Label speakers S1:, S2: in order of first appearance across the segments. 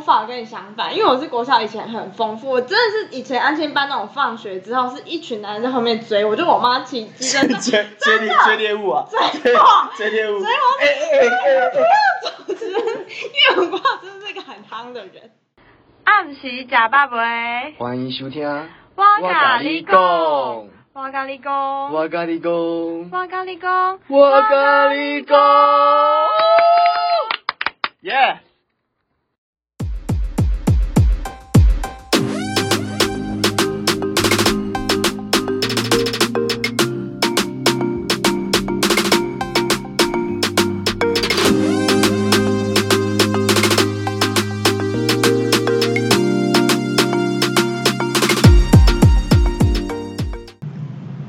S1: 法跟你相反，因为我是国小以前很丰富，我真的是以前安亲班那种放学之后是一群男人在后面追我，就我妈骑机 车，
S2: 追追
S1: 真
S2: 猎
S1: 的
S2: 追猎物啊，
S1: 追我
S2: 追猎物
S1: 所以，我
S2: 哎哎哎哎，
S1: 不知，因为我国小真的是一个很夯的人。
S3: 暗时食饱未？
S2: 欢迎收听，
S3: 我甲你讲，我甲你讲，
S2: 我跟你讲，
S3: 我甲你讲，
S2: 我跟你讲，耶！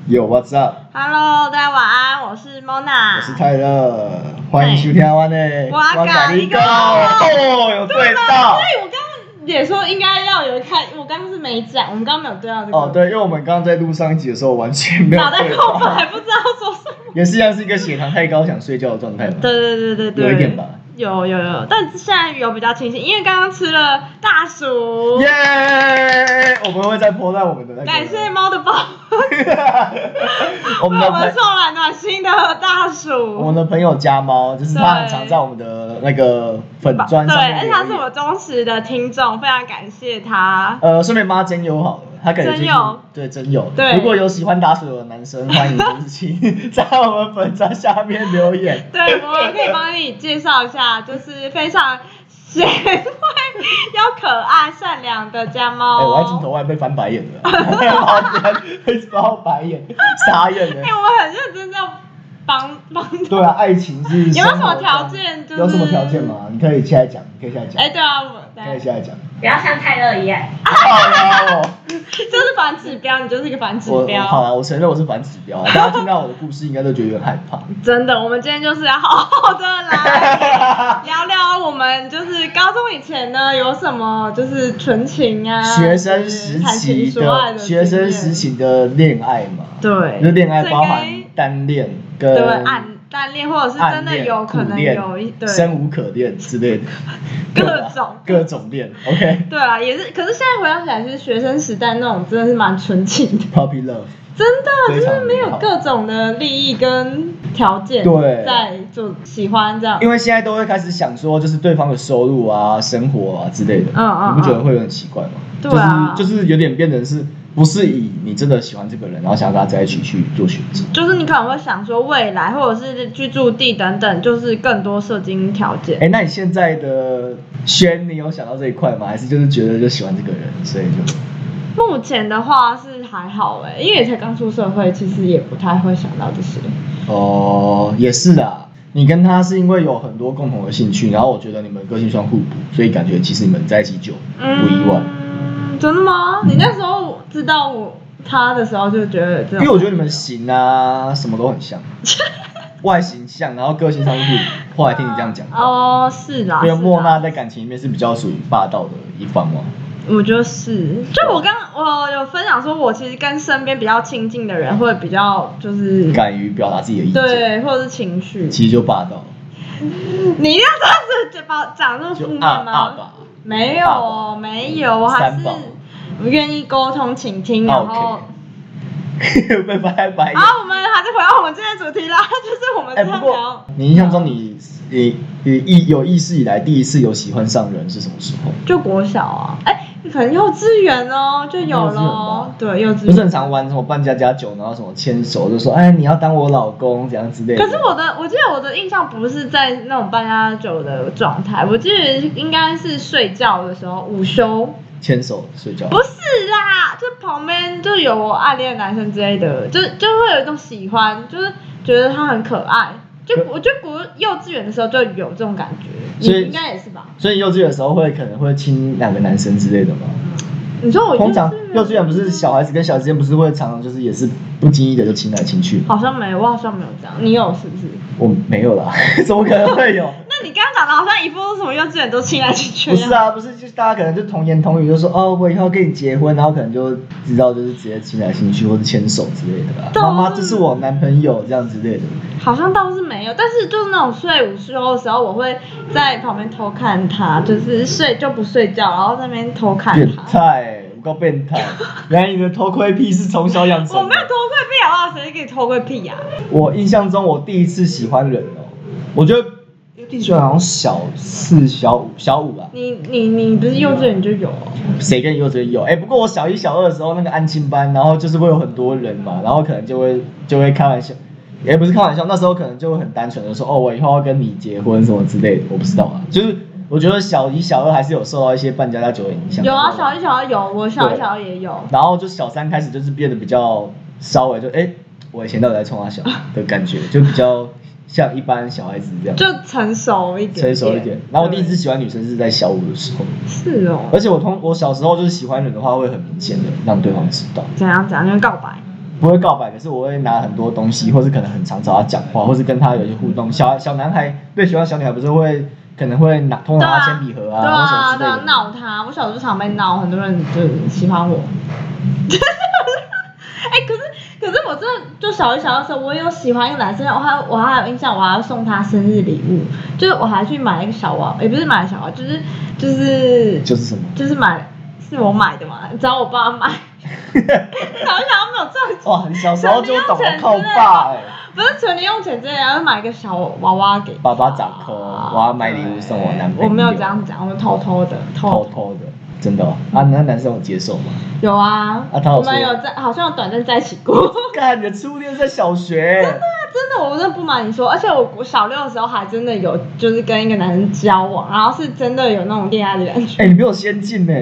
S2: Yo, what's up？
S1: Hello，大家晚安，我是 Mona，
S2: 我是泰勒，欢迎收听我的
S1: 我跟你讲
S2: 哦，有对到
S1: 所。以我刚刚也说应该要有看，我刚刚是没讲，我们刚刚没有对到这个，
S2: 哦，，对，因为我们刚刚在录上一集的时候完全没有
S1: 脑袋
S2: 对
S1: 空白，
S2: 到，
S1: 不知道说什么。
S2: 也是像是一个血糖太高想睡觉的状态嘛。
S1: 对对对对对，
S2: 有一点吧。
S1: 有有有，但现在有比较清醒，因为刚刚吃了大薯，
S2: 耶我们会再泼到我们的那个。
S1: 感谢猫的宝，
S2: 我们
S1: 为
S2: 的
S1: 我们
S2: 朋
S1: 送来暖心的大
S2: 我们
S1: 薯。
S2: 的朋友家猫，就是他很常在我们的那个粉砖
S1: 对，
S2: 上面
S1: 而
S2: 留
S1: 且
S2: 言。
S1: 他是我忠实的听众，非常感谢他。
S2: 呃，顺便帮他真友好了，他感觉最
S1: 真
S2: 近
S1: 友
S2: 对真友。
S1: 对
S2: 如果有喜欢打水的男生，欢迎就 是请在我们粉砖下面留言。
S1: 对，我们可以帮你介绍一下，就是非常贤惠 又可爱、善良的家
S2: 哎、
S1: 猫。
S2: 我在镜头外被翻白眼了， 好一直翻我白眼，傻 眼了
S1: 哎、。我们很认真在帮帮。
S2: 对啊，爱情是
S1: 有没有什么
S2: 生活中
S1: 条件就是
S2: 有什么条件吗？你可以现在讲，你可以现在讲，
S1: 哎、对啊，我
S2: 你可以
S1: 对，
S2: 现在讲。
S3: 不要像泰勒一样。
S2: 好啦，
S1: 就是反指标，你就是一个反 指
S2: 我我我好
S1: 标。
S2: 啦，我承认我是反指标啊，大家听到我的故事应该都觉得有点害 怕。
S1: 真的，我们今天就是要好好的来聊聊我们就是高中以前呢有什么就是纯情啊，
S2: 学生时
S1: 谈
S2: 期
S1: 情说爱
S2: 的
S1: 的
S2: 学生
S1: 经
S2: 时
S1: 验
S2: 期的恋爱嘛，
S1: 对
S2: 就是恋爱包
S1: 这应
S2: 含
S1: 该
S2: 单恋
S1: 对
S2: 跟
S1: 暗暗恋，或者是真
S2: 暗
S1: 的
S2: 恋、
S1: 有可
S2: 苦
S1: 能
S2: 恋
S1: 有一对
S2: 生无可恋之类的，
S1: 各
S2: 对吧
S1: 种
S2: 各种恋。OK，puppy
S1: 对啊，也是，可是现在回想起来，是学生时代那种真的是蛮纯情的，
S2: love。
S1: 真的啊就
S2: 非常
S1: 是没有各种的利益跟条件
S2: 对
S1: 在做喜欢这样
S2: 因。为现在都会开始想说，就是对方的收入啊、生活啊之类的，
S1: 嗯嗯
S2: 你不觉得会很奇怪吗？
S1: 对啊
S2: 就是就是有点变成是不是以你真的喜欢这个人，然后想要跟他在一起去做选择？
S1: 就是你可能会想说未来或者是居住地等等，就是更多社经条件。
S2: 哎、那你现在的轩，你有想到这一块吗？还是就是觉得就喜欢这个人，所以就
S1: 目前的话是还好哎、因为才刚出社会，其实也不太会想到这些。
S2: 哦，也是啦。你跟他是因为有很多共同的兴趣，然后我觉得你们个性算互补，所以感觉其实你们在一起久不意外。
S1: 嗯，真的吗？你那时候知道我他的时候就觉得这种，
S2: 因为我觉得你们型啊什么都很 像，外形像，然后个性上是互补。后来听你这样讲，
S1: 哦是啦，
S2: 因为
S1: 是啦
S2: 莫娜在感情里面是比较属于霸道的一方嘛。
S1: 我觉得是，就我刚我有分享说，我其实跟身边比较亲近的人会比较就是
S2: 敢于表达自己的意见，
S1: 对，或者是情绪。
S2: 其实就霸道，
S1: 你一定要这样子把讲那么负
S2: 就
S1: 面
S2: 啊啊
S1: 嗯吗？
S2: 吧。
S1: 没有哦，没有，我还是
S2: 三宝啊
S1: 愿意沟通、倾听，然后
S2: OK，被翻白眼。
S1: 啊，我们还是回到我们今天的主题啦， 就是我们
S2: 哎，
S1: 这
S2: 不
S1: 样
S2: 过
S1: 聊，
S2: 你印象中你你你意有意识以来第一次有喜欢上人是什么时候？
S1: 就国小啊，哎，可能幼稚园哦就有
S2: 幼稚园吧
S1: 喽，对，幼稚
S2: 不是很
S1: 园。
S2: 常玩什么扮家家酒，然后什么牵手，就说哎你要当我老公这样之类的。
S1: 可是我的，我记得我的印象不是在那种半家酒的状态，我记得应该是睡觉的时候，午休。
S2: 牵手睡觉
S1: 不。是啦，就旁边就有我暗恋的男生之类的，就就会有一种喜欢，就是觉得他很可爱。就
S2: 可
S1: 我觉得国幼稚园的时候就有这种感觉，
S2: 所以
S1: 你应该也是吧？
S2: 所以幼稚园的时候会可能会亲两个男生之类的吗？
S1: 你说我
S2: 通常幼
S1: 哦幼
S2: 稚园不是小孩子跟小孩之间不是会常常就是也是不经意的就亲来亲去？
S1: 好像没，我好像没有这样，你有是不是？
S2: 我没有啦，怎么可能会有？
S1: 那你刚刚讲的好像一副什么幼稚园都亲来亲去
S2: 不
S1: 一
S2: 是
S1: 样。
S2: 啊，不是，就是大家可能就童言童语，就说哦，我以后跟你结婚，然后可能就知道就是直接亲来亲去或者牵手之类的吧。
S1: 懂
S2: 妈妈，这是我男朋友这样之类的。
S1: 好像倒是没有，但是就是那种睡午休的时候，我会在旁边偷看他，就是睡就不睡觉，然后在那边偷看
S2: 变
S1: 他。
S2: 态，我够变态。原来你的偷窥癖是从小养成的。
S1: 我没有偷窥癖好不好？谁给你偷窥癖呀、啊？
S2: 我印象中我第一次喜欢人哦，我觉得第一次喜欢好像小四、小五、小五吧。
S1: 你你你不是幼稚园就有哦、
S2: 谁跟你幼稚园有？哎、不过我小一、小二的时候，那个安亲班，然后就是会有很多人嘛，然后可能就会就会开玩笑，也、不是开玩笑，那时候可能就会很单纯的说，哦，我以后要跟你结婚什么之类的，我不知道啊，就是我觉得小一、小二还是有受到一些半家家酒的影响。
S1: 有啊，小一、小二有，我小一、
S2: 对
S1: 小二也有。
S2: 然后就小三开始就是变得比较稍微就哎、我以前到底在冲他啊小的感觉， 就比较像一般小孩子这样，
S1: 就成熟一点
S2: 成熟一点。然后我第一次喜欢女生是在小五的时候，
S1: 是哦，
S2: 而且我通我小时候就是喜欢人的话会很明显的让对方知道，
S1: 怎样怎样，就是告白，
S2: 不会告白，可是我会拿很多东西，或是可能很常找他讲话，或是跟他有一些互动。小小男孩对喜欢的小女孩不是会可能会拿偷
S1: 对
S2: 拿
S1: 啊，
S2: 他铅笔盒啊，
S1: 对
S2: 或什么
S1: 啊，
S2: 之
S1: 对
S2: 类
S1: 啊，
S2: 的。
S1: 闹他，我小时候常被闹，很多人就喜欢我。 哎、可是可是我真的就小一、小二的时候，我有喜欢一个男生，我还我还有印象，我还要送他生日礼物，就是我还去买了一个小娃，也不是买了小娃，就是就是
S2: 就 是什么？
S1: 就是买是我买的嘛，找我爸买。 小一、小二没有赚钱，
S2: 哇，你小时候就懂得靠
S1: 存零用钱之类的
S2: 爸哎、
S1: 不是存零用钱之类的，然后买一个小娃娃给
S2: 爸爸掌抠，我要买礼物送我男朋
S1: 我
S2: 友。
S1: 没有这样讲，我偷偷的
S2: 偷
S1: 偷。
S2: 偷的，真的、哦、啊？那男生有接受吗？
S1: 有啊，
S2: 啊他有
S1: 我们
S2: 说
S1: 有在，好像有短暂在一起过。
S2: 干，你的初恋在小学，
S1: 真的，我真的不瞒你说，而且我我小六的时候还真的有，就是跟一个男生交往，然后是真的有那种恋爱的感觉。
S2: 哎、你比我先进呢、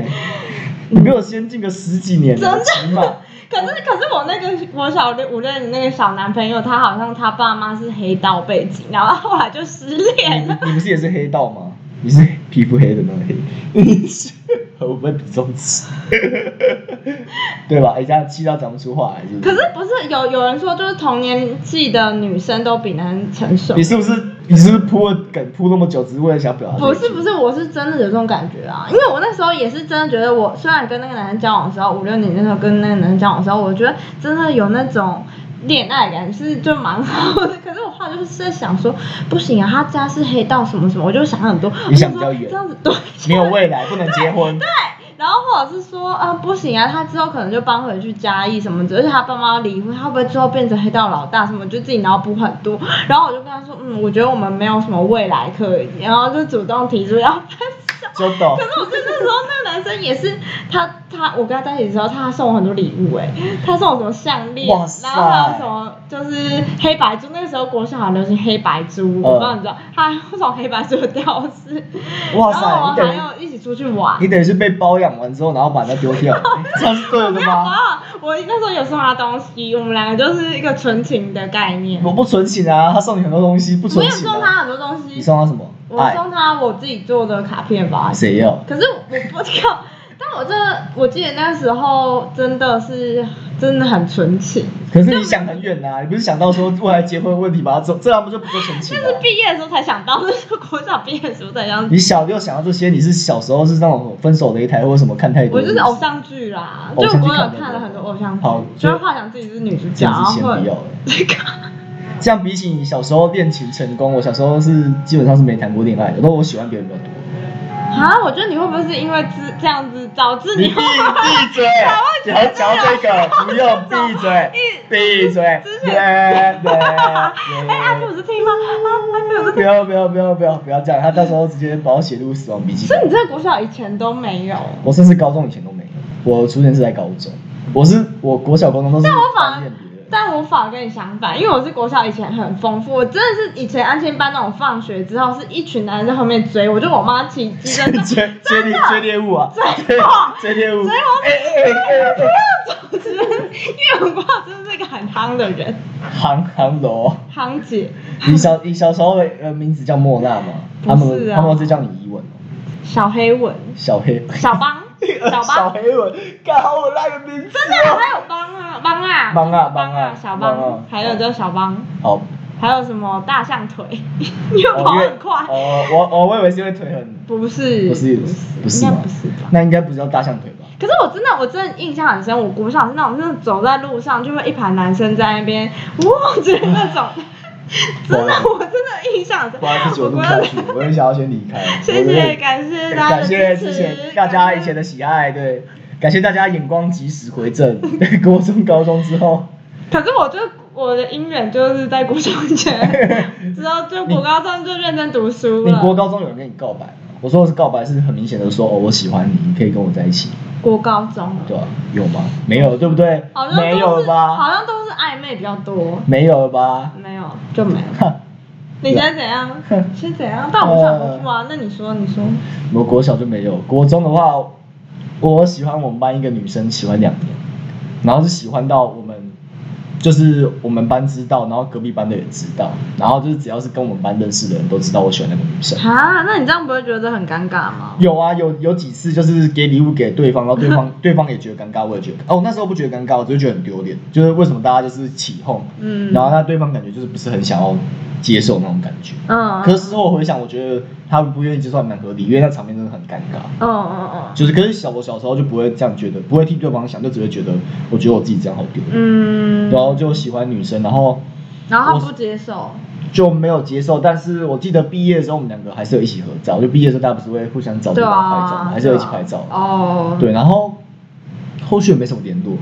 S2: 你比我先进个十几年，
S1: 真的
S2: 起码
S1: 可
S2: 嗯
S1: 是可是我那个我小六五六的那个小男朋友，他好像他爸妈是黑道背景，然后后来就失恋 了。
S2: 你你不是也是黑道吗？你是皮肤黑的那个黑， 我被比中指， 对吧？哎、这样气到讲不出话来，是不
S1: 可
S2: 是？
S1: 是不是有有人说，就是同年纪的女生都比男生成熟
S2: 你？是不是你是不是铺了梗铺那么久，只是为了想表达？
S1: 不是不，是，我是真的有这种感觉啊，因为我那时候也是真的觉得我，虽然跟那个男生交往的时候，五六年那时候跟那个男生交往的时候，我觉得真的有那种恋爱感，是就蛮好的。可是我后来就是在想说，不行啊，他家是黑道什么什么，我就想很多，
S2: 你想
S1: 我
S2: 比
S1: 就说
S2: 较远
S1: 这样子对。
S2: 没有未来，不能结婚。
S1: 然后或者是说啊不行啊，他之后可能就搬回去嘉义什么的，而且他爸妈要离婚，他会不会之后变成黑道老大什么，就自己脑补很多。 然后我就跟他说，嗯，我觉得我们没有什么未来可以，然后就主动提出要分手。
S2: 就懂
S1: 可。是我那时候那个男生也是，他他我跟他在一起的时候，他还送我很多礼物哎、 他送我什么项链，
S2: 哇塞
S1: 然后还有什么就是黑白珠，那个时候国小很流行黑白珠，我不知道你知道，他还送我黑白珠的吊饰，
S2: 哇塞
S1: 然后我
S2: 你等
S1: 们还
S2: 于
S1: 有一起出去玩
S2: 你。等于是被包养完之后，然后把它丢掉， 这样是对的吗？
S1: 啊！我那时候有送他东西，我们两个就是一个纯情的概念。
S2: 我不存钱啊，他送你很多东西，不
S1: 我
S2: 存
S1: 有
S2: 钱、
S1: 送他
S2: 啊。
S1: 很多东
S2: 你
S1: 西，
S2: 送他什么？
S1: 我
S2: 爱。
S1: 送他我自己做的卡片吧。
S2: 谁要？
S1: 可是我不知道，但我真的我记得那时候真的是真的很纯情。
S2: 可是你想很远啊呐、你不是想到说未来结婚的问题吧？这这样不就不够存钱
S1: 但
S2: 了、
S1: 是毕业的时候才想到，那时候国小毕业的时候才想到
S2: 你。小就想到这些，你是小时候是那种分手擂台或者什么看太多
S1: 我就
S2: 的日
S1: 是
S2: 子？
S1: 偶像剧啦，
S2: 偶
S1: 就
S2: 像剧
S1: 国小
S2: 看得
S1: 看了很多
S2: 多
S1: 偶像剧
S2: 好，
S1: 就
S2: 就是
S1: 幻想自己是女主角，
S2: 简
S1: 然
S2: 直
S1: 后
S2: 先不要了。
S1: 这个
S2: 这样比起你小时候恋情成功，我小时候是基本上是没谈过恋爱的，不过我喜欢别人比较多。
S1: 啊，我觉得你会不会是因为这这样子导致
S2: 你
S1: 你
S2: 闭闭嘴，你还嚼这个？不用闭嘴，闭嘴，
S1: 之
S2: 对
S1: 前
S2: 对
S1: 哎，阿
S2: 对
S1: 不。是听吗？啊，阿不是
S2: 不
S1: 听。
S2: 要不要不要不要不要这样，他到时候直接把我写入死亡笔记
S1: 所
S2: 本
S1: 以。你在国小以前都没有，
S2: 我甚至高中以前都没有，我初恋是在高中，我是我国小高中都是
S1: 但我反
S2: 单
S1: 而
S2: 恋别人，。
S1: 但我反而跟你相反，因为我是国小以前很丰富，我真的是以前安亲班那种放学之后是一群男人在后面追我，就我妈骑机车
S2: 追追猎追猎物啊，
S1: 追
S2: 追
S1: 我
S2: 追猎物，
S1: 追我
S2: 哎哎哎哎哎，
S1: 走之类的，因为我国小真的是一个很夯的人，
S2: 杭杭哎 楼，
S1: 夯姐，
S2: 你小你小时候的呃名字叫莫娜吗？他
S1: 不是
S2: 们
S1: 啊
S2: 他们就叫你伊文哦，
S1: 小黑文，
S2: 小黑，
S1: 小 帮，小
S2: 小
S1: 帮。
S2: 黑文，干好我那个名字
S1: 真的
S2: 哦，
S1: 还有帮啊，帮啊，
S2: 帮啊
S1: 帮
S2: 帮啊
S1: 小
S2: 帮啊
S1: 帮，还有叫小帮，
S2: 好，
S1: 还有什么大象腿， 因为
S2: 哦
S1: 跑
S2: 因为
S1: 很快。
S2: 哦，我哦，我以为是因为腿很，
S1: 不是，
S2: 不是不是
S1: 应该
S2: 吗
S1: 不是吧？
S2: 那应该不是叫大象腿吧？
S1: 可是我真的，我真的印象很深。我国小是那种，就是走在路上就会一排男生在那边，哇，就是那种，真的，我真的印象很深。
S2: 不好意思，我
S1: 我
S2: 录
S1: 国
S2: 不
S1: 小
S2: 下去，我也想要先离开。
S1: 谢
S2: 我
S1: 谢，
S2: 也
S1: 感谢大家
S2: 感
S1: 的
S2: 谢
S1: 支
S2: 之
S1: 持
S2: 前，大家以前的喜爱，对，感谢大家眼光及时回正。 对，国中、高中 之后，
S1: 可是我就我的姻缘就是在国中 前，之后就国高中就认真读书
S2: 你
S1: 了。
S2: 国高中有人跟你告白吗？我说的是告白，是很明显的说哦，我喜欢你，你可以跟我在一起，
S1: 国高中了
S2: 对吧、啊有吗？没有，对不对
S1: 好？像都
S2: 没有
S1: 是好
S2: 吧？
S1: 像都是暧昧比较多，
S2: 没有吧？
S1: 没有就没有。
S2: 哈，
S1: 你现在怎 样？
S2: 哼
S1: 是怎样？但我不想回复
S2: 呃
S1: 啊。那你说，你说，
S2: 我国小就没有，国中的话，我喜欢我们班一个女生，喜欢两年，然后是喜欢到我们，就是我们班知道，然后隔壁班的也知道，然后就是只要是跟我们班认识的人都知道我喜欢那个女生。
S1: 啊，那你这样不会觉得很尴尬吗？
S2: 有啊，有有几次就是给礼物给对方，然后对方对方也觉得尴尬，我也觉得哦，我那时候不觉得尴尬，我只是觉得很丢脸，就是为什么大家就是起哄，
S1: 嗯
S2: 然后那对方感觉就是不是很想要接受那种感觉。
S1: 嗯，
S2: 可是事后回想，我觉得他们不愿意接受还蛮合理，因为那场面真的很尴尬。
S1: 嗯嗯
S2: 就是，可是小我小时候就不会这样觉得，不会替对方想，就只会觉得我觉得我自己这样好丢脸，
S1: 嗯，
S2: 然后就喜欢女生，然后
S1: 然后
S2: 我
S1: 他不接受，
S2: 就没有接受。但是我记得毕业的时候，我们两个还是有一起合照，就毕业的时候大家不是会互相找
S1: 对
S2: 对方
S1: 啊
S2: 拍照嘛，，
S1: 对啊
S2: 还是有一起拍照。
S1: 哦，
S2: 对，然后后续也没什么 联络。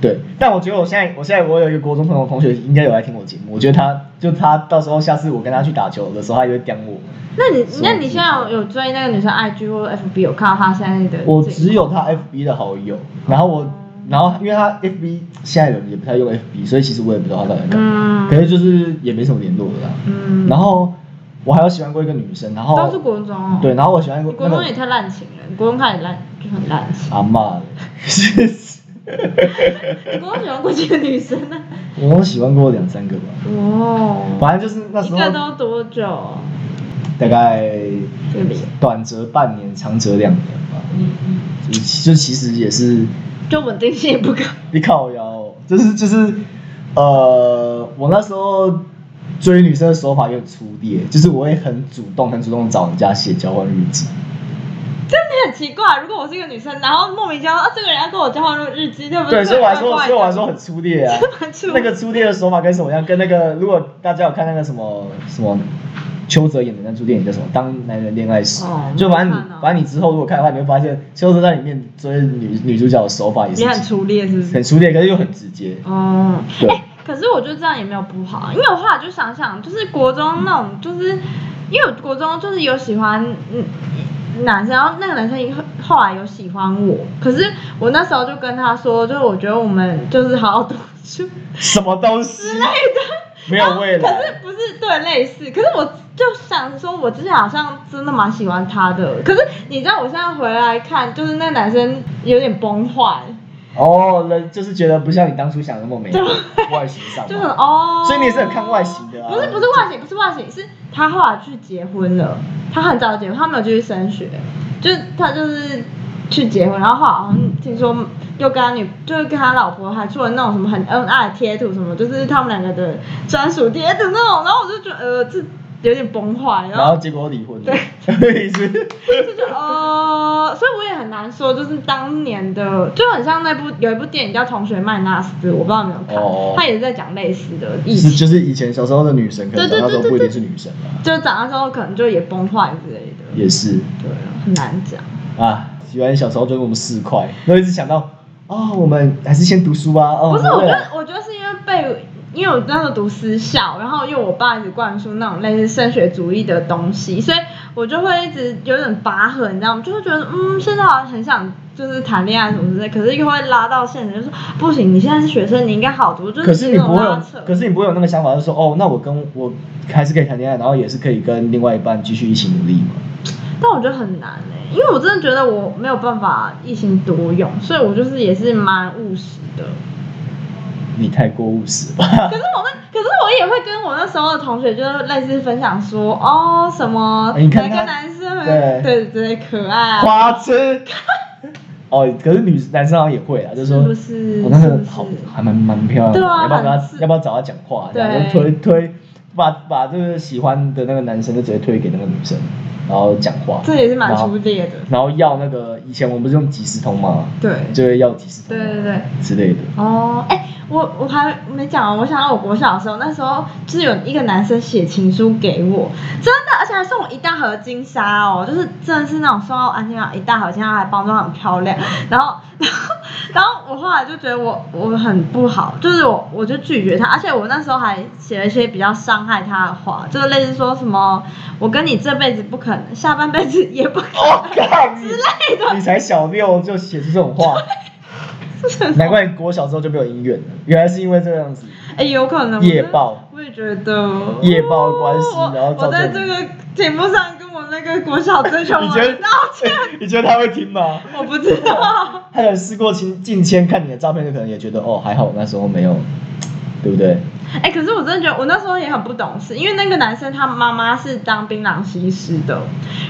S2: 对，但我觉得我现在，我现在我有一个国中朋友同学应该有来听我节目，我觉得他就他到时候下次我跟他去打球的时候，他也会刁我。
S1: 那你
S2: 是
S1: 那你现在有有追那个女生 IG 或 FB 有看到她现在的？
S2: 我只有他 FB 的好友，然后我，然后因为他 FB 现在人也不太用 FB，所以其实我也不知道他到底在干嘛，
S1: 嗯
S2: 可是就是也没什么联络了啦。
S1: 嗯
S2: 然后我还有喜欢过一个女生，然后
S1: 都是国中哦
S2: 对，然后我喜欢过
S1: 你国
S2: 那
S1: 中也
S2: 个
S1: 太滥情了，你国中开始滥就很滥 情。
S2: 阿 妈，
S1: 你国中喜欢过几个女生啊呢？
S2: 我我喜欢过两三个吧，
S1: 哦，
S2: 反正就是那时
S1: 一
S2: 候
S1: 个都多久？
S2: 大概
S1: 这里
S2: 短则半年，长则两年吧，就就其实也是
S1: 就稳定性也不高。
S2: 你靠腰、哦，就是就是，呃，我那时候追女生的手法有点粗劣，就是我会很主动、很主动找人家写交换日记。
S1: 这你很奇怪，如果我是一个女生，然后莫名其妙啊，这个人要跟我交换日记，对不
S2: 对，所以我还说，
S1: 怪怪的
S2: 所以我还说很粗 劣啊
S1: 很粗。
S2: 那个粗劣的手法跟什么样？跟那个，如果大家有看那个什么什么。邱泽演的那出电影叫什么？当男人恋爱时，
S1: 哦
S2: 就反正你
S1: 没看哦
S2: 反正你之后如果看的话，你会发现邱泽在里面追女女主角的手法也是
S1: 你很粗劣是不是？
S2: 很粗劣，可是又很直接。
S1: 哦，哎、
S2: 对
S1: 可是我觉得这样也没有不好，因为我后来就想想，就是国中那种，就是因为我国中就是有喜欢嗯男生，然后那个男生以后后来有喜欢我，可是我那时候就跟他说，就是我觉得我们就是好好读书哎
S2: 什么 东西之类的，没
S1: 然
S2: 有
S1: 后
S2: 未
S1: 可
S2: 来。
S1: 是不是对类似，可是我就想说，我之前好像真的蛮喜欢他的，可是你知道我现在回来看，就是那男生有点崩坏，
S2: 哦，人就是觉得不像你当初想的那么美好，外形上嘛
S1: 就很哦。
S2: 所以你也是很看外形的啊
S1: 不是不是外形，不是外形，是他后来去结婚了，他很早就结婚，他没有继续升学，就是他就是去结婚，然后后来好像听说又跟他女，就是跟他老婆还出了那种什么很恩爱的贴图什么，就是他们两个的专属贴图那种，然后我就觉得呃这有点崩坏，然
S2: 然
S1: 后
S2: 后结果离婚了，对，
S1: 就
S2: 是，
S1: 觉得 呃，所以我也很难说，就是当年的就很像那部有一部电影叫《同学麦娜丝》，我不知道你有没有看，
S2: 哦
S1: 他也是在讲类似的
S2: 就
S1: 议
S2: 是
S1: 题。
S2: 就是以前小时候的女神，可能
S1: 对对
S2: 长大之后
S1: 对
S2: 不
S1: 对
S2: 一定是女神了，
S1: 就长大之后可能就也崩坏之类的，
S2: 也是
S1: 对啊，很难讲。
S2: 啊，原来小时候就是我们四块，然后一直想到啊，我们还是先读书吧，哦，
S1: 不是，我觉
S2: 对
S1: 得我觉得是因为被，因为我那时候读私校，然后因为我爸一直灌输那种类似升学主义的东西，所以我就会一直有点拔河，你知道吗？就会觉得嗯，现在好像很想就是谈恋爱什么之类，可是又会拉到现实，就说不行，你现在是学生，你应该好读，就
S2: 可是你
S1: 那种
S2: 不会
S1: 拉
S2: 有
S1: 扯，
S2: 可是你不会有那个想法，就是说哦，那我跟我还是可以谈恋爱，然后也是可以跟另外一半继续一起努力嘛。
S1: 但我觉得很难哎、因为我真的觉得我没有办法一心多用，所以我就是也是蛮务实的。
S2: 你太过务实了吧？
S1: 可是我那，可是我也会跟我那时候的同学，就是类似分享说，哦，什么
S2: 哎你
S1: 哪
S2: 看
S1: 个
S2: 他
S1: 男生
S2: 对
S1: 对对可爱啊，
S2: 花痴。 哦，可是女男生好像也会啊，就是说，
S1: 是不是
S2: 我、那
S1: 是
S2: 个
S1: 不是
S2: 好还蛮蛮漂亮的，
S1: 对啊
S2: 要不要跟
S1: 很
S2: 他
S1: 是
S2: 要不要找他讲话，这样
S1: 对
S2: 就推推把把这个喜欢的那个男生就直接推给那个女生，然后讲话，
S1: 这也是蛮
S2: 然后
S1: 粗劣的。
S2: 然后要那个以前我们不是用即时通吗？
S1: 对，
S2: 就会要即时通
S1: 对对对。
S2: 之类的。
S1: 哦，哎、我我还没讲完，我想到我国小的时候，那时候就是有一个男生写情书给我，真的，而且还送我一大盒金沙哦，就是真的是那种送到安静啊港一大盒金沙，还包装很漂亮。然后，然后， 然后我后来就觉得我我很不好，就是我我就拒绝他，而且我那时候还写了一些比较伤害他的话，就是类似说什么我跟你这辈子不可能，下半辈子也不可
S2: 哦，
S1: 能，
S2: 干之类的。你才小六就写出这 种话，难怪你国小之后就没有姻缘了，原来是因为这样 子。
S1: 哎、有可能
S2: 夜报。
S1: 我也觉得
S2: 夜报的关系
S1: 哦
S2: 然后
S1: 我
S2: 造成
S1: 我在这个节目上跟我那个国小追求
S2: 你
S1: 我
S2: 觉得
S1: 的道歉，？
S2: 你觉得他会听吗？
S1: 我不知道。
S2: 他有试过亲近签看你的照片，就可能也觉得哦还好我那时候没有，对不对？
S1: 哎、可是我真的觉得我那时候也很不懂事，因为那个男生他妈妈是当槟榔西施的，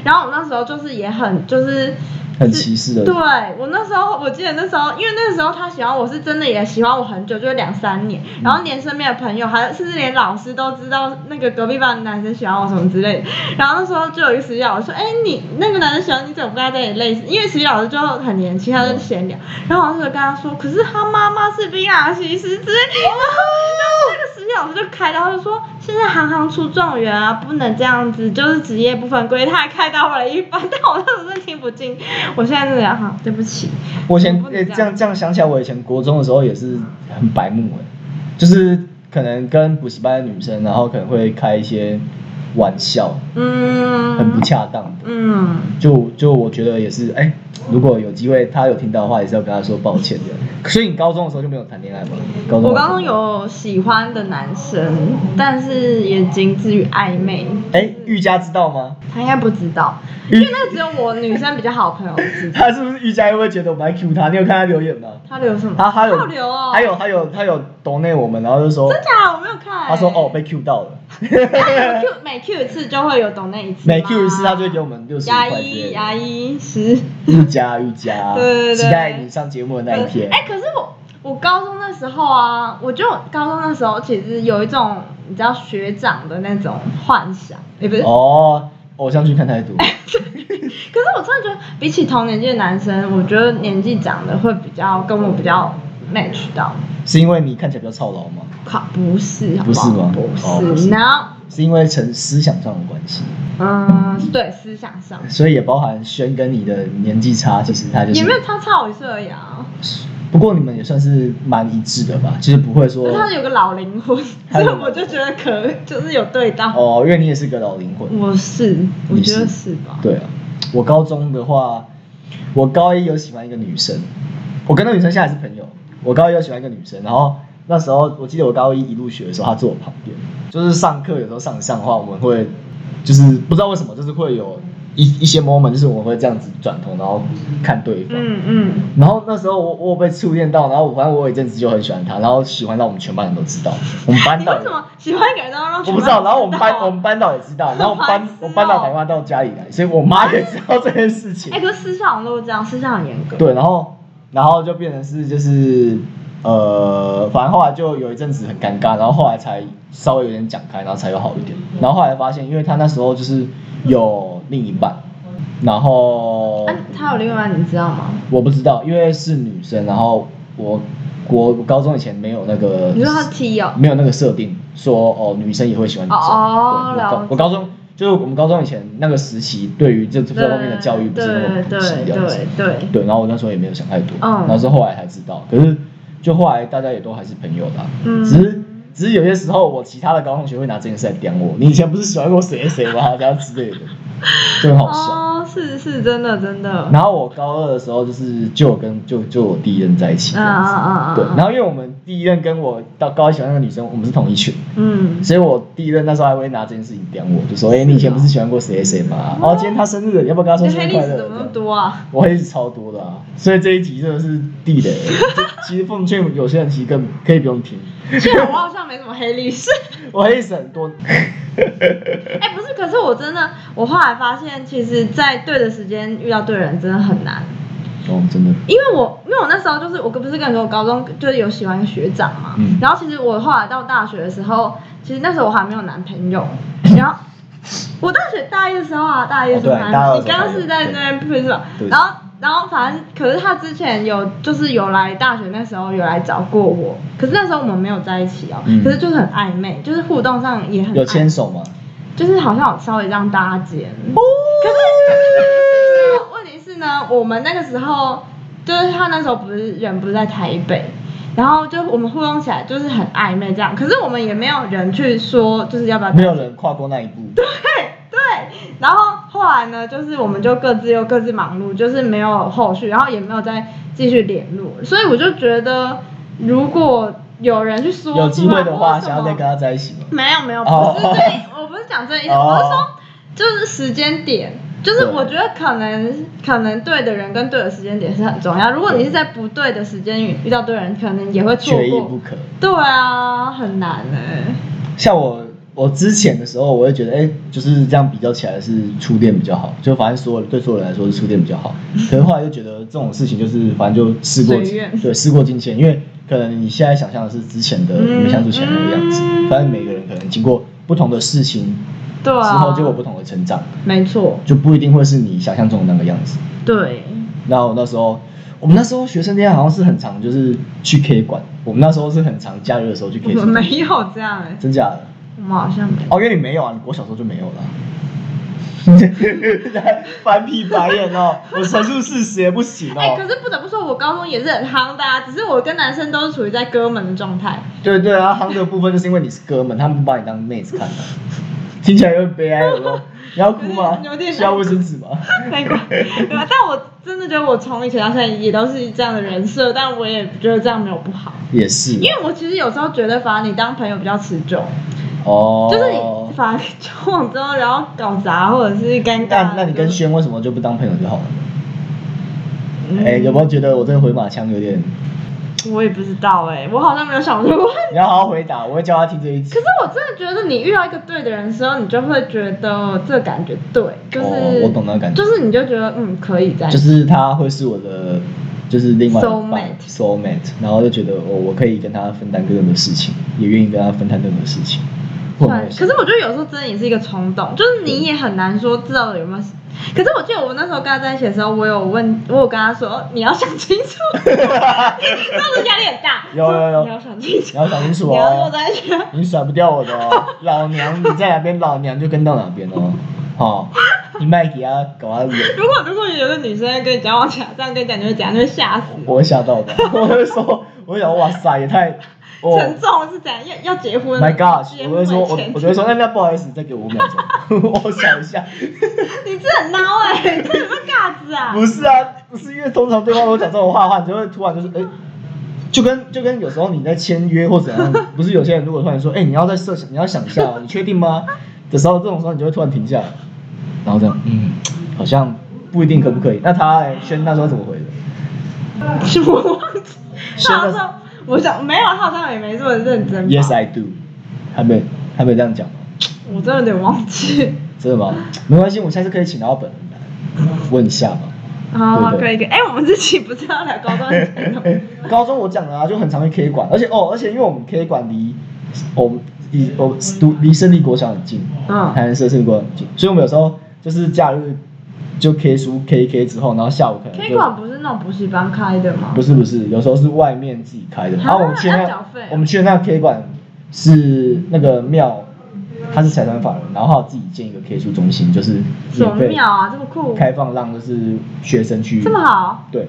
S1: 然后我那时候就是也很就是。
S2: 很歧视的
S1: 对啊我那时候，我记得那时候，因为那时候他喜欢我是真的也喜欢我很久，就是两三年，然后连身边的朋友，还有甚至连老师都知道那个隔壁班的男生喜欢我什么之类的。 然后那时候就有一个实习老师说：“哎、你那个男生喜欢你，怎么跟他在一起类似？”因为实习老师就很年轻，他就闲聊，然后我就跟他说：“可是他妈妈是槟榔西施之类。”然后然后那个实习老师就开刀，他就说：“现在行行出状元啊，不能这样子，就是职业不分归。”他还开导我了一番，但我当时是听不进。我现在是这样哈，对不起。
S2: 我以前
S1: 不能
S2: 诶、
S1: 这样
S2: 这样这样想起来，我以前国中的时候也是很白目诶、欸就是可能跟补习班的女生，然后可能会开一些玩笑，
S1: 嗯，
S2: 很不恰当的。
S1: 嗯，
S2: 就就我觉得也是，哎、如果有机会他有听到的话，也是要跟他说抱歉的。所以你高中的时候就没有谈恋爱吗？高中
S1: 我刚刚。有喜欢的男生，但是也仅止于暧昧。
S2: 哎、瑜伽知道吗？
S1: 他应该不知道，因为那个只有我女生比较好朋友知道。
S2: 他是不是瑜伽会觉得我们在 Q 他？你有看他留言吗？
S1: 他留什么？
S2: 他他有
S1: 他留哦，
S2: 他有他有他有 donate 我们，然后就说
S1: 真假？我没有看、
S2: 他说哦被 Q 到 了，
S1: 每 Q 每 Q 一次就会有懂那一次吗，
S2: 每 Q 一次他就会给我们65
S1: 牙
S2: 块之
S1: 医
S2: 类的
S1: 牙医师。
S2: 瑜伽瑜伽，
S1: 对对对
S2: 期待你上节目的那一天。
S1: 哎、可是我我高中那时候啊，我就高中那时候其实有一种你知道学长的那种幻想，也不是。
S2: 哦，偶像剧看太多，
S1: 可是我真的觉得，比起同年纪的男生，我觉得年纪长的会比较跟我比较 match 到。
S2: 是因为你看起来比较操劳吗？
S1: 靠，不是，好
S2: 不是
S1: 好
S2: 吗
S1: 不
S2: 哦不是
S1: 是，然后
S2: 是因为成思想上的关系，
S1: 嗯，对，思想上
S2: 所以也包含轩跟你的年纪差，其实他就是
S1: 也没有他差我一岁而已啊，
S2: 不过你们也算是蛮一致的吧，就是不会说
S1: 可是他有个老灵魂，所以我就觉得可就是有对到。
S2: 哦，因为你也是个老灵魂。
S1: 我是，我
S2: 你
S1: 觉得
S2: 是
S1: 是吧？
S2: 对啊，我高中的话，我高一有喜欢一个女生，我跟那女生现在还是朋友。我高一有喜欢一个女生，然后那时候我记得我高一一入学的时候，她坐我旁边，就是上课有时候上一上的话，我们会就是不知道为什么，就是会有一一些 moment，就是我们会这样子转头，然后看对方。
S1: 嗯嗯，
S2: 然后那时候我我有被触电到，然后我反正我有一阵子就很喜欢她，然后喜欢到我们全班人都知道，我们班
S1: 你
S2: 导
S1: 为什么喜欢一个人都要让
S2: 我
S1: 全
S2: 不
S1: 班
S2: 知道，然后我们
S1: 知道啊
S2: 班我们班导也知道，然后我们班
S1: 好白痴
S2: 我
S1: 哦
S2: 班导打电话到家里来，所以我妈也知道这件事情
S1: 哎、。可是私校好像都是这样，私校很严格。
S2: 对，然后然后就变成是就是呃，反正后来就有一阵子很尴尬，然后后来才稍微有点讲开，然后才有好一点。
S1: 嗯
S2: 然后后来发现，因为他那时候就是有另一半，然后
S1: 啊，他有另外一半你知道吗？
S2: 我不知道，因为是女生，然后我国我高中以前没有那个
S1: 你说他 T 哦，
S2: 没有那个设定说哦，女生也会喜欢女生。
S1: 哦
S2: 对我
S1: 了
S2: 高
S1: 解
S2: 我高中就是我们高中以前那个时期，对于这这方面的教育不是那么
S1: 对
S2: 普及
S1: 对
S2: 这样子
S1: 对。对
S2: 对，然后我那时候也没有想太多，
S1: 嗯
S2: 然后是后来才知道，可是就后来大家也都还是朋友啦，
S1: 嗯
S2: 只是只是有些时候我其他的高中同学会拿这件事来刁我，你以前不是喜欢过谁谁 吗？这样之类的，就很好笑。
S1: 哦，是是真的真的。
S2: 然后我高二的时候就是就有跟就就我第一任在一起
S1: 嗯
S2: 这样
S1: 嗯
S2: 子，
S1: 嗯嗯。
S2: 对，然后因为我们第一任跟我到高一喜欢那个女生，我们是同一群，
S1: 嗯，
S2: 所以我第一任那时候还会拿这件事情刁我，就说：“哎、你以前不是喜欢过谁谁谁吗？哦，今天他生日了，你要不要跟他说
S1: 你
S2: 生
S1: 黑
S2: 日
S1: 历
S2: 快
S1: 史
S2: 乐？”
S1: 怎么嗯那么多 啊？
S2: 我黑历史超多的啊，所以这一集真的是地 雷。就其实奉劝有些人其实更可以不用听，
S1: 虽然我好像没什么黑历史。
S2: 我黑历史很多。
S1: 哎、不是，可是我真的，我后来发现，其实，在对的时间遇到对的人真的很难。
S2: 哦，真的，
S1: 因为我因为我那时候就是我不是跟你说我高中就是有喜欢一个学长嘛，
S2: 嗯
S1: 然后其实我后来到大学的时候，其实那时候我还没有男朋友，然后我大学大一的时候啊，大一的时候
S2: 嗯哦对
S1: 还、
S2: 大二的
S1: 你
S2: 时候
S1: 刚
S2: 还有
S1: 刚是在那边分手
S2: 对，
S1: 然后然后反正可是他之前有就是有来大学那时候有来找过我，可是那时候我们没有在一起哦，
S2: 嗯
S1: 可是就是很暧昧，就是互动上也很
S2: 有
S1: 暧
S2: 牵手 吗？
S1: 就是好像有稍微这样搭肩。可是，可是问题是呢，我们那个时候就是他那时候不是人不是在台北，然后就我们互动起来就是很暧昧这样，可是我们也没有人去说就是要不要
S2: 没有人跨过那一步。
S1: 对，然后后来呢，就是我们就各自又各自忙碌，就是没有后续，然后也没有再继续联络，所以我就觉得如果有人去说
S2: 有机会的话，
S1: 出来或者什么
S2: 想要再跟他在一起吗？
S1: 没有没有，不
S2: 哦
S1: 是这意，我不是讲这意思，
S2: 哦
S1: 我是说就是时间点，就是我觉得可能可能对的人跟对的时间点是很重要。如果你是在不对的时间遇遇到对的人，可能也会错
S2: 缺一
S1: 过。
S2: 不可。
S1: 对啊，很难哎、
S2: 像我，我之前的时候，我会觉得，哎、就是这样比较起来是初恋比较好，就反正所有对所有人来说是初恋比 较好。可是后来就觉得这种事情就是反正就事过
S1: 随缘
S2: 对事过境迁，因为可能你现在想象的是之前的
S1: 嗯
S2: 你们相处前的那个样子，
S1: 嗯
S2: 反正每个人可能经过不同的事情
S1: 对
S2: 之
S1: 啊。
S2: 后，就有不同的成长，
S1: 没错，
S2: 就不一定会是你想象中的那个样子。
S1: 对，
S2: 然后我那时候，我们那时候学生恋爱好像是很常就是去 K 馆，我们那时候是很常假日的时候去
S1: 我
S2: K
S1: 们
S2: 馆，
S1: 没有这样哎、
S2: 真假的？
S1: 我们好像没有。
S2: 哦，因为你没有啊，你国小时候就没有了。 翻屁白眼哦，我陈述事实也不行
S1: 哎、
S2: 哦。
S1: 可是不得不说，我高中也是很夯的啊，只是我跟男生都是处于在哥们的状态。
S2: 对对啊，夯的部分就是因为你是哥们，他们不把你当妹子看的，听起来有点悲哀，有没有？你要哭吗
S1: 有点有？点
S2: 需要卫生纸吗？
S1: 难怪，对啊但我真的觉得我从以前到现在也都是这样的人设，但我也觉得这样没有不好，
S2: 也是
S1: 因为我其实有时候觉得反而你当朋友比较持久，
S2: 哦，
S1: 就是你反而交往之后，然后搞砸或者是尴
S2: 那
S1: 尬。
S2: 那你跟轩为什么就不当朋友就好了？
S1: 嗯
S2: 哎、有没有觉得我这个回马枪有点？
S1: 我也不知道哎、我好像没有想过。
S2: 你要好好回答，我会教他听这一集
S1: 可。是我真的觉得，你遇到一个对的人的时候，你就会觉得这感觉对，就是、
S2: 哦我懂那个感觉
S1: 就是你就觉得嗯可以这样，
S2: 就是他会是我的，就是另外一半
S1: Soulmate
S2: soul mate，然后就觉得我、哦、我可以跟他分担任何事情，也愿意跟他分担任何事情。会不会
S1: 算可是我觉得有时候真的也是一个冲动，就是你也很难说知道有没有。可是我记得我那时候跟他在一起的时候，我有问，我有跟他说哦你要想清 楚，那时候压力很大。
S2: 有有有
S1: 你要想清楚，
S2: 你要想清楚
S1: 你要跟我
S2: 哦，
S1: 在一起。
S2: 你甩不掉我的 哦，老娘你在哪边，老娘就跟到哪边哦，哦，你卖给他搞他脸，
S1: 如果如果有个女生跟你交往起来，这样跟你讲，你会怎样？你会吓死。
S2: 我会 吓到的，我会说，我会想哇塞也太，哦
S1: 沉重是怎样？要要结婚
S2: ，My gosh，
S1: 结
S2: 我
S1: 婚
S2: 会说，我
S1: 为前提
S2: 我就会说，哎那那不好意思，再给我五秒钟， 我想一下。
S1: 你这很孬哎、 欸，这有没有尬子啊？
S2: 不是啊，不是因为通常对方如果讲这种话的话，你就会突然就是哎、就跟就跟有时候你在签约或怎样，不是有些人如果突然说哎、你要再设想，你要想一下哦，你确定吗？的时候，这种时候你就会突然停下来，然后这样嗯，好像不一定可不可以。那他哎轩那时候怎么回的？
S1: 是 我忘记，
S2: 是
S1: 他
S2: 吗
S1: 好像我想没有，他好像也没这么认真吧。
S2: Yes I do，还没还没有这样讲吗？
S1: 我真的有点忘记。
S2: 真的吗？没关系，我们下次可以请到本人来问一下嘛。
S1: 好，
S2: 对不
S1: 可
S2: 对
S1: 以可以。哎、我们这期不是要聊高端前哦
S2: 高中我讲了啊，就很常去 K 馆，而且哦，而且因为我们 K 馆离哦我们离我读离胜利国小很近，
S1: 嗯
S2: 台南市的胜利国小很近，所以我们有时候就是假日就 K 书 K K 之后，然后下午可能
S1: ？K
S2: 就
S1: 馆不是那种补习班开的吗？
S2: 不是不是，有时候是外面自己开的，
S1: 啊
S2: 然后我们去那
S1: 要缴费啊
S2: 我们去那 K 馆是那个庙，他是财团法人，然后他有自己建一个 K 书中心，就是
S1: 什么
S2: 免费
S1: 庙啊？这么酷，
S2: 开放让就是学生去
S1: 这么好，
S2: 对。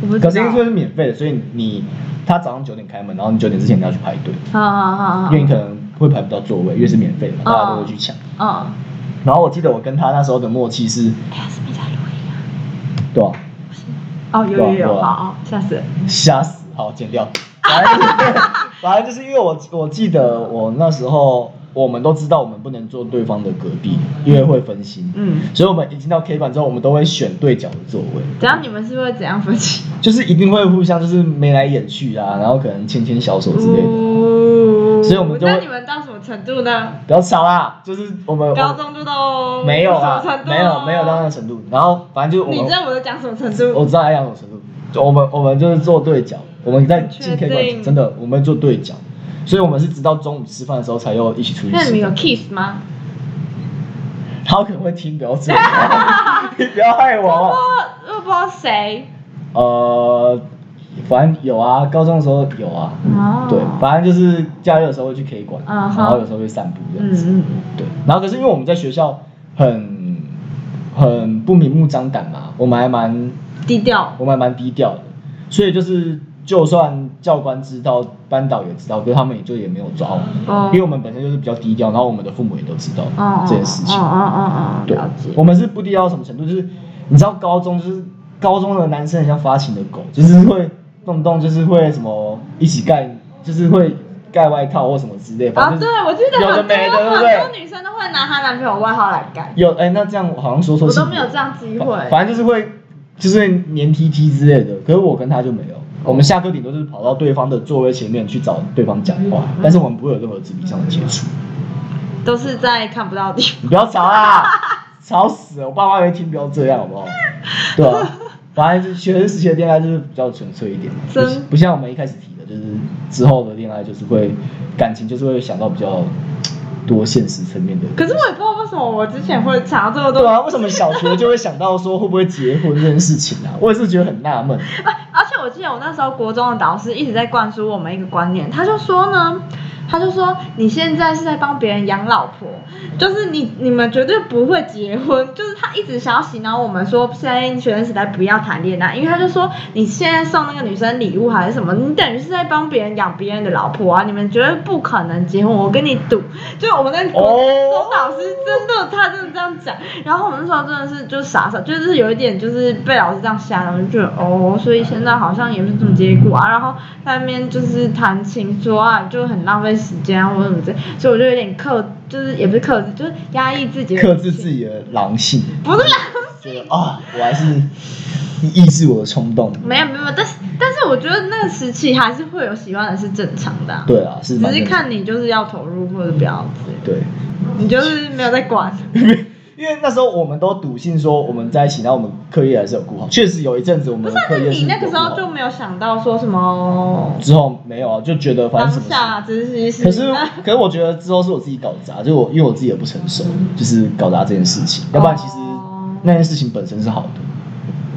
S1: 我不知
S2: 可是因为
S1: 道
S2: 这。是免费的，所以你他早上九点开门，然后你九点之前你要去排队，
S1: 好好好好
S2: 因为你可能会排不到座位，因为是免费的嘛，
S1: 啊
S2: 大家都会去抢。
S1: 好，嗯。
S2: 然后我记得我跟他那时候的默契是，
S1: 哎呀，是没在录音啊。
S2: 对吧、
S1: 哦，有有
S2: 对啊对
S1: 有，
S2: 啊
S1: 好，好吓死人。
S2: 吓死，好剪掉。反正就是反正就是因为我我记得我那时候我们都知道我们不能坐对方的隔壁，因为会分心。
S1: 嗯
S2: 所以我们一进到 K 馆之后，我们都会选对角的座位，
S1: 怎样？你们是会怎样分析？
S2: 就是一定会互相就是眉来眼去啊，然后可能牵牵小手之类的。
S1: 哦
S2: 所以我们就会
S1: 那你们到什么程度呢？
S2: 不要吵啦，就是我们
S1: 高中就到
S2: 没有啦
S1: 什么程，度
S2: 没有没有到那个程度。然后反正就是
S1: 你
S2: 我
S1: 知
S2: 们，
S1: 道我在讲什么程度？
S2: 我知道爱讲什么程度，就我们我们就是坐对角，我们在进
S1: 确
S2: K
S1: 定
S2: 馆前真的我们坐对角，所以我们是直到中午吃饭的时候才又一起出去
S1: 那你们
S2: 吃
S1: 有
S2: 饭。
S1: kiss 吗？
S2: 他可能会听，不要这样， 你不要害我。哦
S1: 我不知道谁。
S2: 呃，反正有啊，高中的时候有啊，
S1: 哦
S2: 对，反正就是假日的时候会去 K 馆，
S1: 嗯
S2: 然
S1: 哼
S2: 后有时候会散步这样
S1: 嗯
S2: 子，
S1: 嗯
S2: 对。然后可是因为我们在学校很很不明目张胆嘛，我们还蛮
S1: 嗯，低调。
S2: 我们还蛮低调的，所以就是就算教官知道，班导也知道，可是他们也就也没有抓我们，
S1: 哦
S2: 因为我们本身就是比较低调，然后我们的父母也都知道
S1: 哦
S2: 这件事情。
S1: 哦哦哦哦，
S2: 对
S1: 了解，。
S2: 我们是不低调到什么程度？就是你知道高中就是高中的男生很像发情的狗，就是会动不动就是会什么一起盖，就是会盖外套或什么之类。反
S1: 啊，
S2: 正就
S1: 对
S2: 是，
S1: 我记得
S2: 有的
S1: 很
S2: 没的，对
S1: 多
S2: 不
S1: 很多
S2: 对？
S1: 女生都会拿她男朋友外号来改，
S2: 有哎、那这样好像说说
S1: 我
S2: 是
S1: 都没有这样机会。
S2: 反反正就是会就是会黏 T T 之类的。可是我跟他就
S1: 哦
S2: 没有。我们下课顶多就是跑到对方的座位前面去找对方讲话，
S1: 嗯
S2: 但是我们不会有任何肢体上的接触。
S1: 都是在看不到的地方。
S2: 你不要吵啦， 吵死了！我爸妈也会听，不要这样，好不 好？对啊，反正就是学生时期的恋爱就是比较纯粹一点，不
S1: 真
S2: 不像我们一开始提的，就是之后的恋爱就是会感情就是会想到比较多现实层面的。
S1: 可是我也不知道为什么我之前会查这么多
S2: 对啊，为什么小学就会想到说会不会结婚这件事情啊？我也是觉得很纳闷。
S1: 而且我记得我那时候国中的导师一直在灌输我们一个观念，他就说呢，他就说你现在是在帮别人养老婆，就是你你们绝对不会结婚，就是他一直想要洗脑我们说现在学生时代不要谈恋爱，因为他就说你现在送那个女生礼物还是什么，你等于是在帮别人养别人的老婆啊，你们绝对不可能结婚，我跟你赌。就我们那国
S2: 哦
S1: 中导师真的他真的这样讲，然后我们那时候真的是就傻傻，就是有一点就是被老师这样吓，然后就觉得哦，所以现在好像也没什么结果啊，然后在那边就是谈情说爱、就很浪费时间啊或者怎么这，所以我就有点克，就是也不是克制，就是压抑 自己，
S2: 克制自，己的狼性，
S1: 不是啦，
S2: 觉得啊，我还是抑制我的冲动。
S1: 没有没有，但是但是我觉得那个时期还是会有喜欢的是正常的啊、
S2: 对啊，是蛮
S1: 只是
S2: 正常
S1: 看你就是要投入或者不要之类的，
S2: 对。
S1: 你就是没有在管。
S2: 因为那时候我们都笃信说我们在一起，然后我们课业还是有顾好。确实有一阵子我
S1: 不
S2: 们
S1: 是
S2: 的
S1: 啊，那
S2: 课业是
S1: 你那
S2: 有
S1: 个
S2: 顾
S1: 时
S2: 好
S1: 候就没有想到说什么
S2: 之后没有啊，就觉得反
S1: 当
S2: 正什么事。
S1: 下知识是？啊
S2: 可是， 可是我觉得之后是我自己搞砸，就我因为我自己也不成熟，就是搞砸这件事情。要不然其实
S1: 哦
S2: 那件事情本身是好的，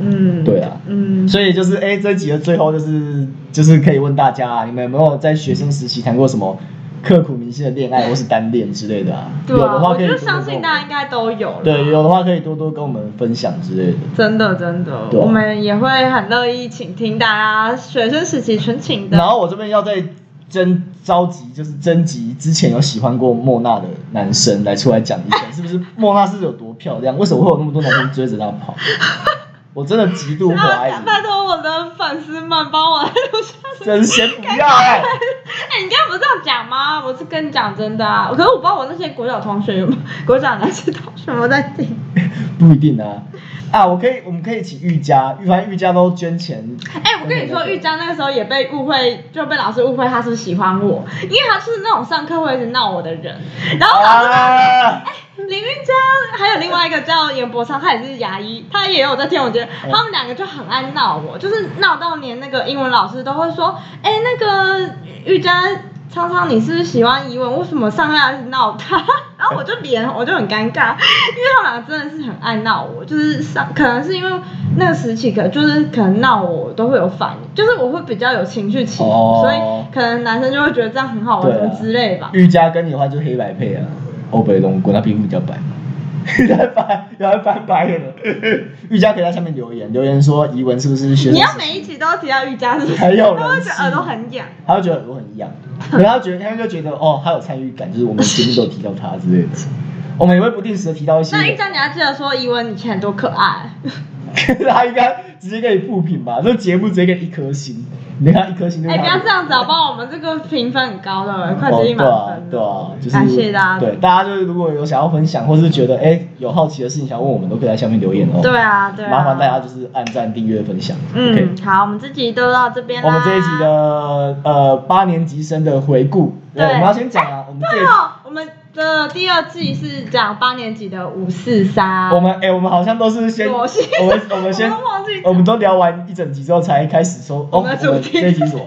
S1: 嗯，
S2: 对啊。
S1: 嗯，
S2: 所以就是哎，这一集的最后就是就是可以问大家、啊，你们有没有在学生时期谈过什么刻骨铭心的恋爱或是单恋之类的啊？
S1: 对
S2: 有的
S1: 啊，
S2: 话
S1: 我
S2: 可以
S1: 就
S2: 多多
S1: 相
S2: 跟我
S1: 信
S2: 们
S1: 大家应该都有了。
S2: 对，有的话可以多多跟我们分享之类的。
S1: 真的真的，
S2: 对啊
S1: 我们也会很乐意倾听大家学生时期纯情
S2: 然
S1: 的。
S2: 后我这边要再征召集，就是征集之前有喜欢过莫娜的男生来出来讲 一讲，是不是莫娜是有多漂亮？为什么会有那么多男生追着她跑？我真的极度不爱
S1: 啊，拜
S2: 你，
S1: 托我的粉丝们帮我留下。
S2: 真是先不要哎、
S1: 哎、你刚刚不是这样讲吗？我是跟你讲真的啊，可是我不知道我那些国小同学有没有国小那些同学有没有在听。
S2: 不一定啊。啊，我可以，我们可以请瑜伽，反正瑜伽都捐钱。
S1: 哎、我跟你说，玉娇那个时候也被误会，就被老师误会他是不是喜欢我，因为他是那种上课会一直闹我的人。然后老师，
S2: 啊，
S1: 林玉娇还有另外一个叫严博昌，他也是牙医，他也有在天文节，
S2: 哦
S1: 他们两个就很爱闹我，就是闹到连那个英文老师都会说，哎、那个玉娇。昌昌，你是不是喜欢怡文？为什么上课要一直闹他？ 然后我就脸，我就很尴尬，因为他们两个真的是很爱闹我，就是上可能是因为那个时期，可能就是可能闹我都会有反应，就是我会比较有情绪起伏，
S2: 哦
S1: 所以可能男生就会觉得这样很好玩，
S2: 对
S1: 什么
S2: 啊
S1: 之类吧。
S2: 瑜伽跟你的话就是黑白配啊，欧北龙滚，他皮肤比较白。原来白，原来翻白了。瑜伽可以在下面留言，留言说怡文是不是学生时期？
S1: 你要每一集都要提到瑜伽，是不是？
S2: 还 有人
S1: 他会觉得
S2: 气
S1: 耳朵很痒。
S2: 他会觉得我很一样，可能他觉得他就觉得哦，他有参与感，就是我们节目都有提到他之类的。我们也会不定时的提到一些
S1: 那，一张你要记得说，怡文以前多可爱。
S2: 可是他应该直接给你复评吧，这节目直接给你一颗星，你看一颗星就
S1: 哎、
S2: 拿
S1: 不要这样子好不好？我们这个评分很高的，快接近满
S2: 哦
S1: 分了。
S2: 对啊，对啊，就是
S1: 感谢大家
S2: 对，大家就是如果有想要分享，或是觉得哎、有好奇的事情想问我们，都可以在下面留言哦。
S1: 对啊，对啊。
S2: 麻烦大家就是按赞、订阅、分享。OK
S1: 嗯，啊好，我们这集都到这边啦。
S2: 我们这一集的呃八年级生的回顾，
S1: 对
S2: 我们要先讲啊，我们 这一
S1: 对哦，我们的第二季是讲八年级的五四三。
S2: 我们哎、我们好像都是先
S1: 我先
S2: 我们我们先
S1: 我都忘记
S2: 我们都聊完一整集之后才开始说哦，
S1: 我
S2: 我
S1: 们
S2: 们
S1: 的主题
S2: 这一集是什么？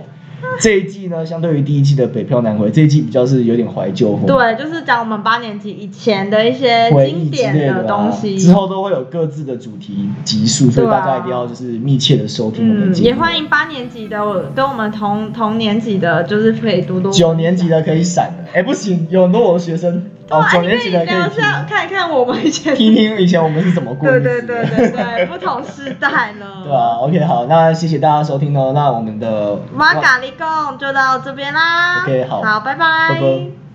S2: 这一季呢，相对于第一季的北漂南回，这一季比较是有点怀旧风，
S1: 对，就是讲我们八年级以前的一些
S2: 回
S1: 经
S2: 忆之
S1: 典
S2: 类
S1: 的
S2: 啊
S1: 东西。
S2: 之后都会有各自的主题集数，所以
S1: 对啊
S2: 大家一定要就是密切的收听我
S1: 嗯
S2: 们的，节目。
S1: 也欢迎八年级的跟我们同同年级的，就是可以多多
S2: 九年级的可以闪了，哎、不行，有很多我的学生
S1: 对
S2: 哦
S1: 啊，，
S2: 九
S1: 你
S2: 年
S1: 可
S2: 级
S1: 以
S2: 的可
S1: 聊
S2: 以
S1: 一下，看一看我们以前。
S2: 听听听以前我们是怎么过日
S1: 对
S2: 子
S1: 对
S2: 的。
S1: 对 对对，不同时代了。
S2: 对啊，OK，好，那谢谢大家收听哦。那我们的
S1: 玛咖喱贡就到这边啦。
S2: OK，好
S1: 好，拜拜。
S2: 拜拜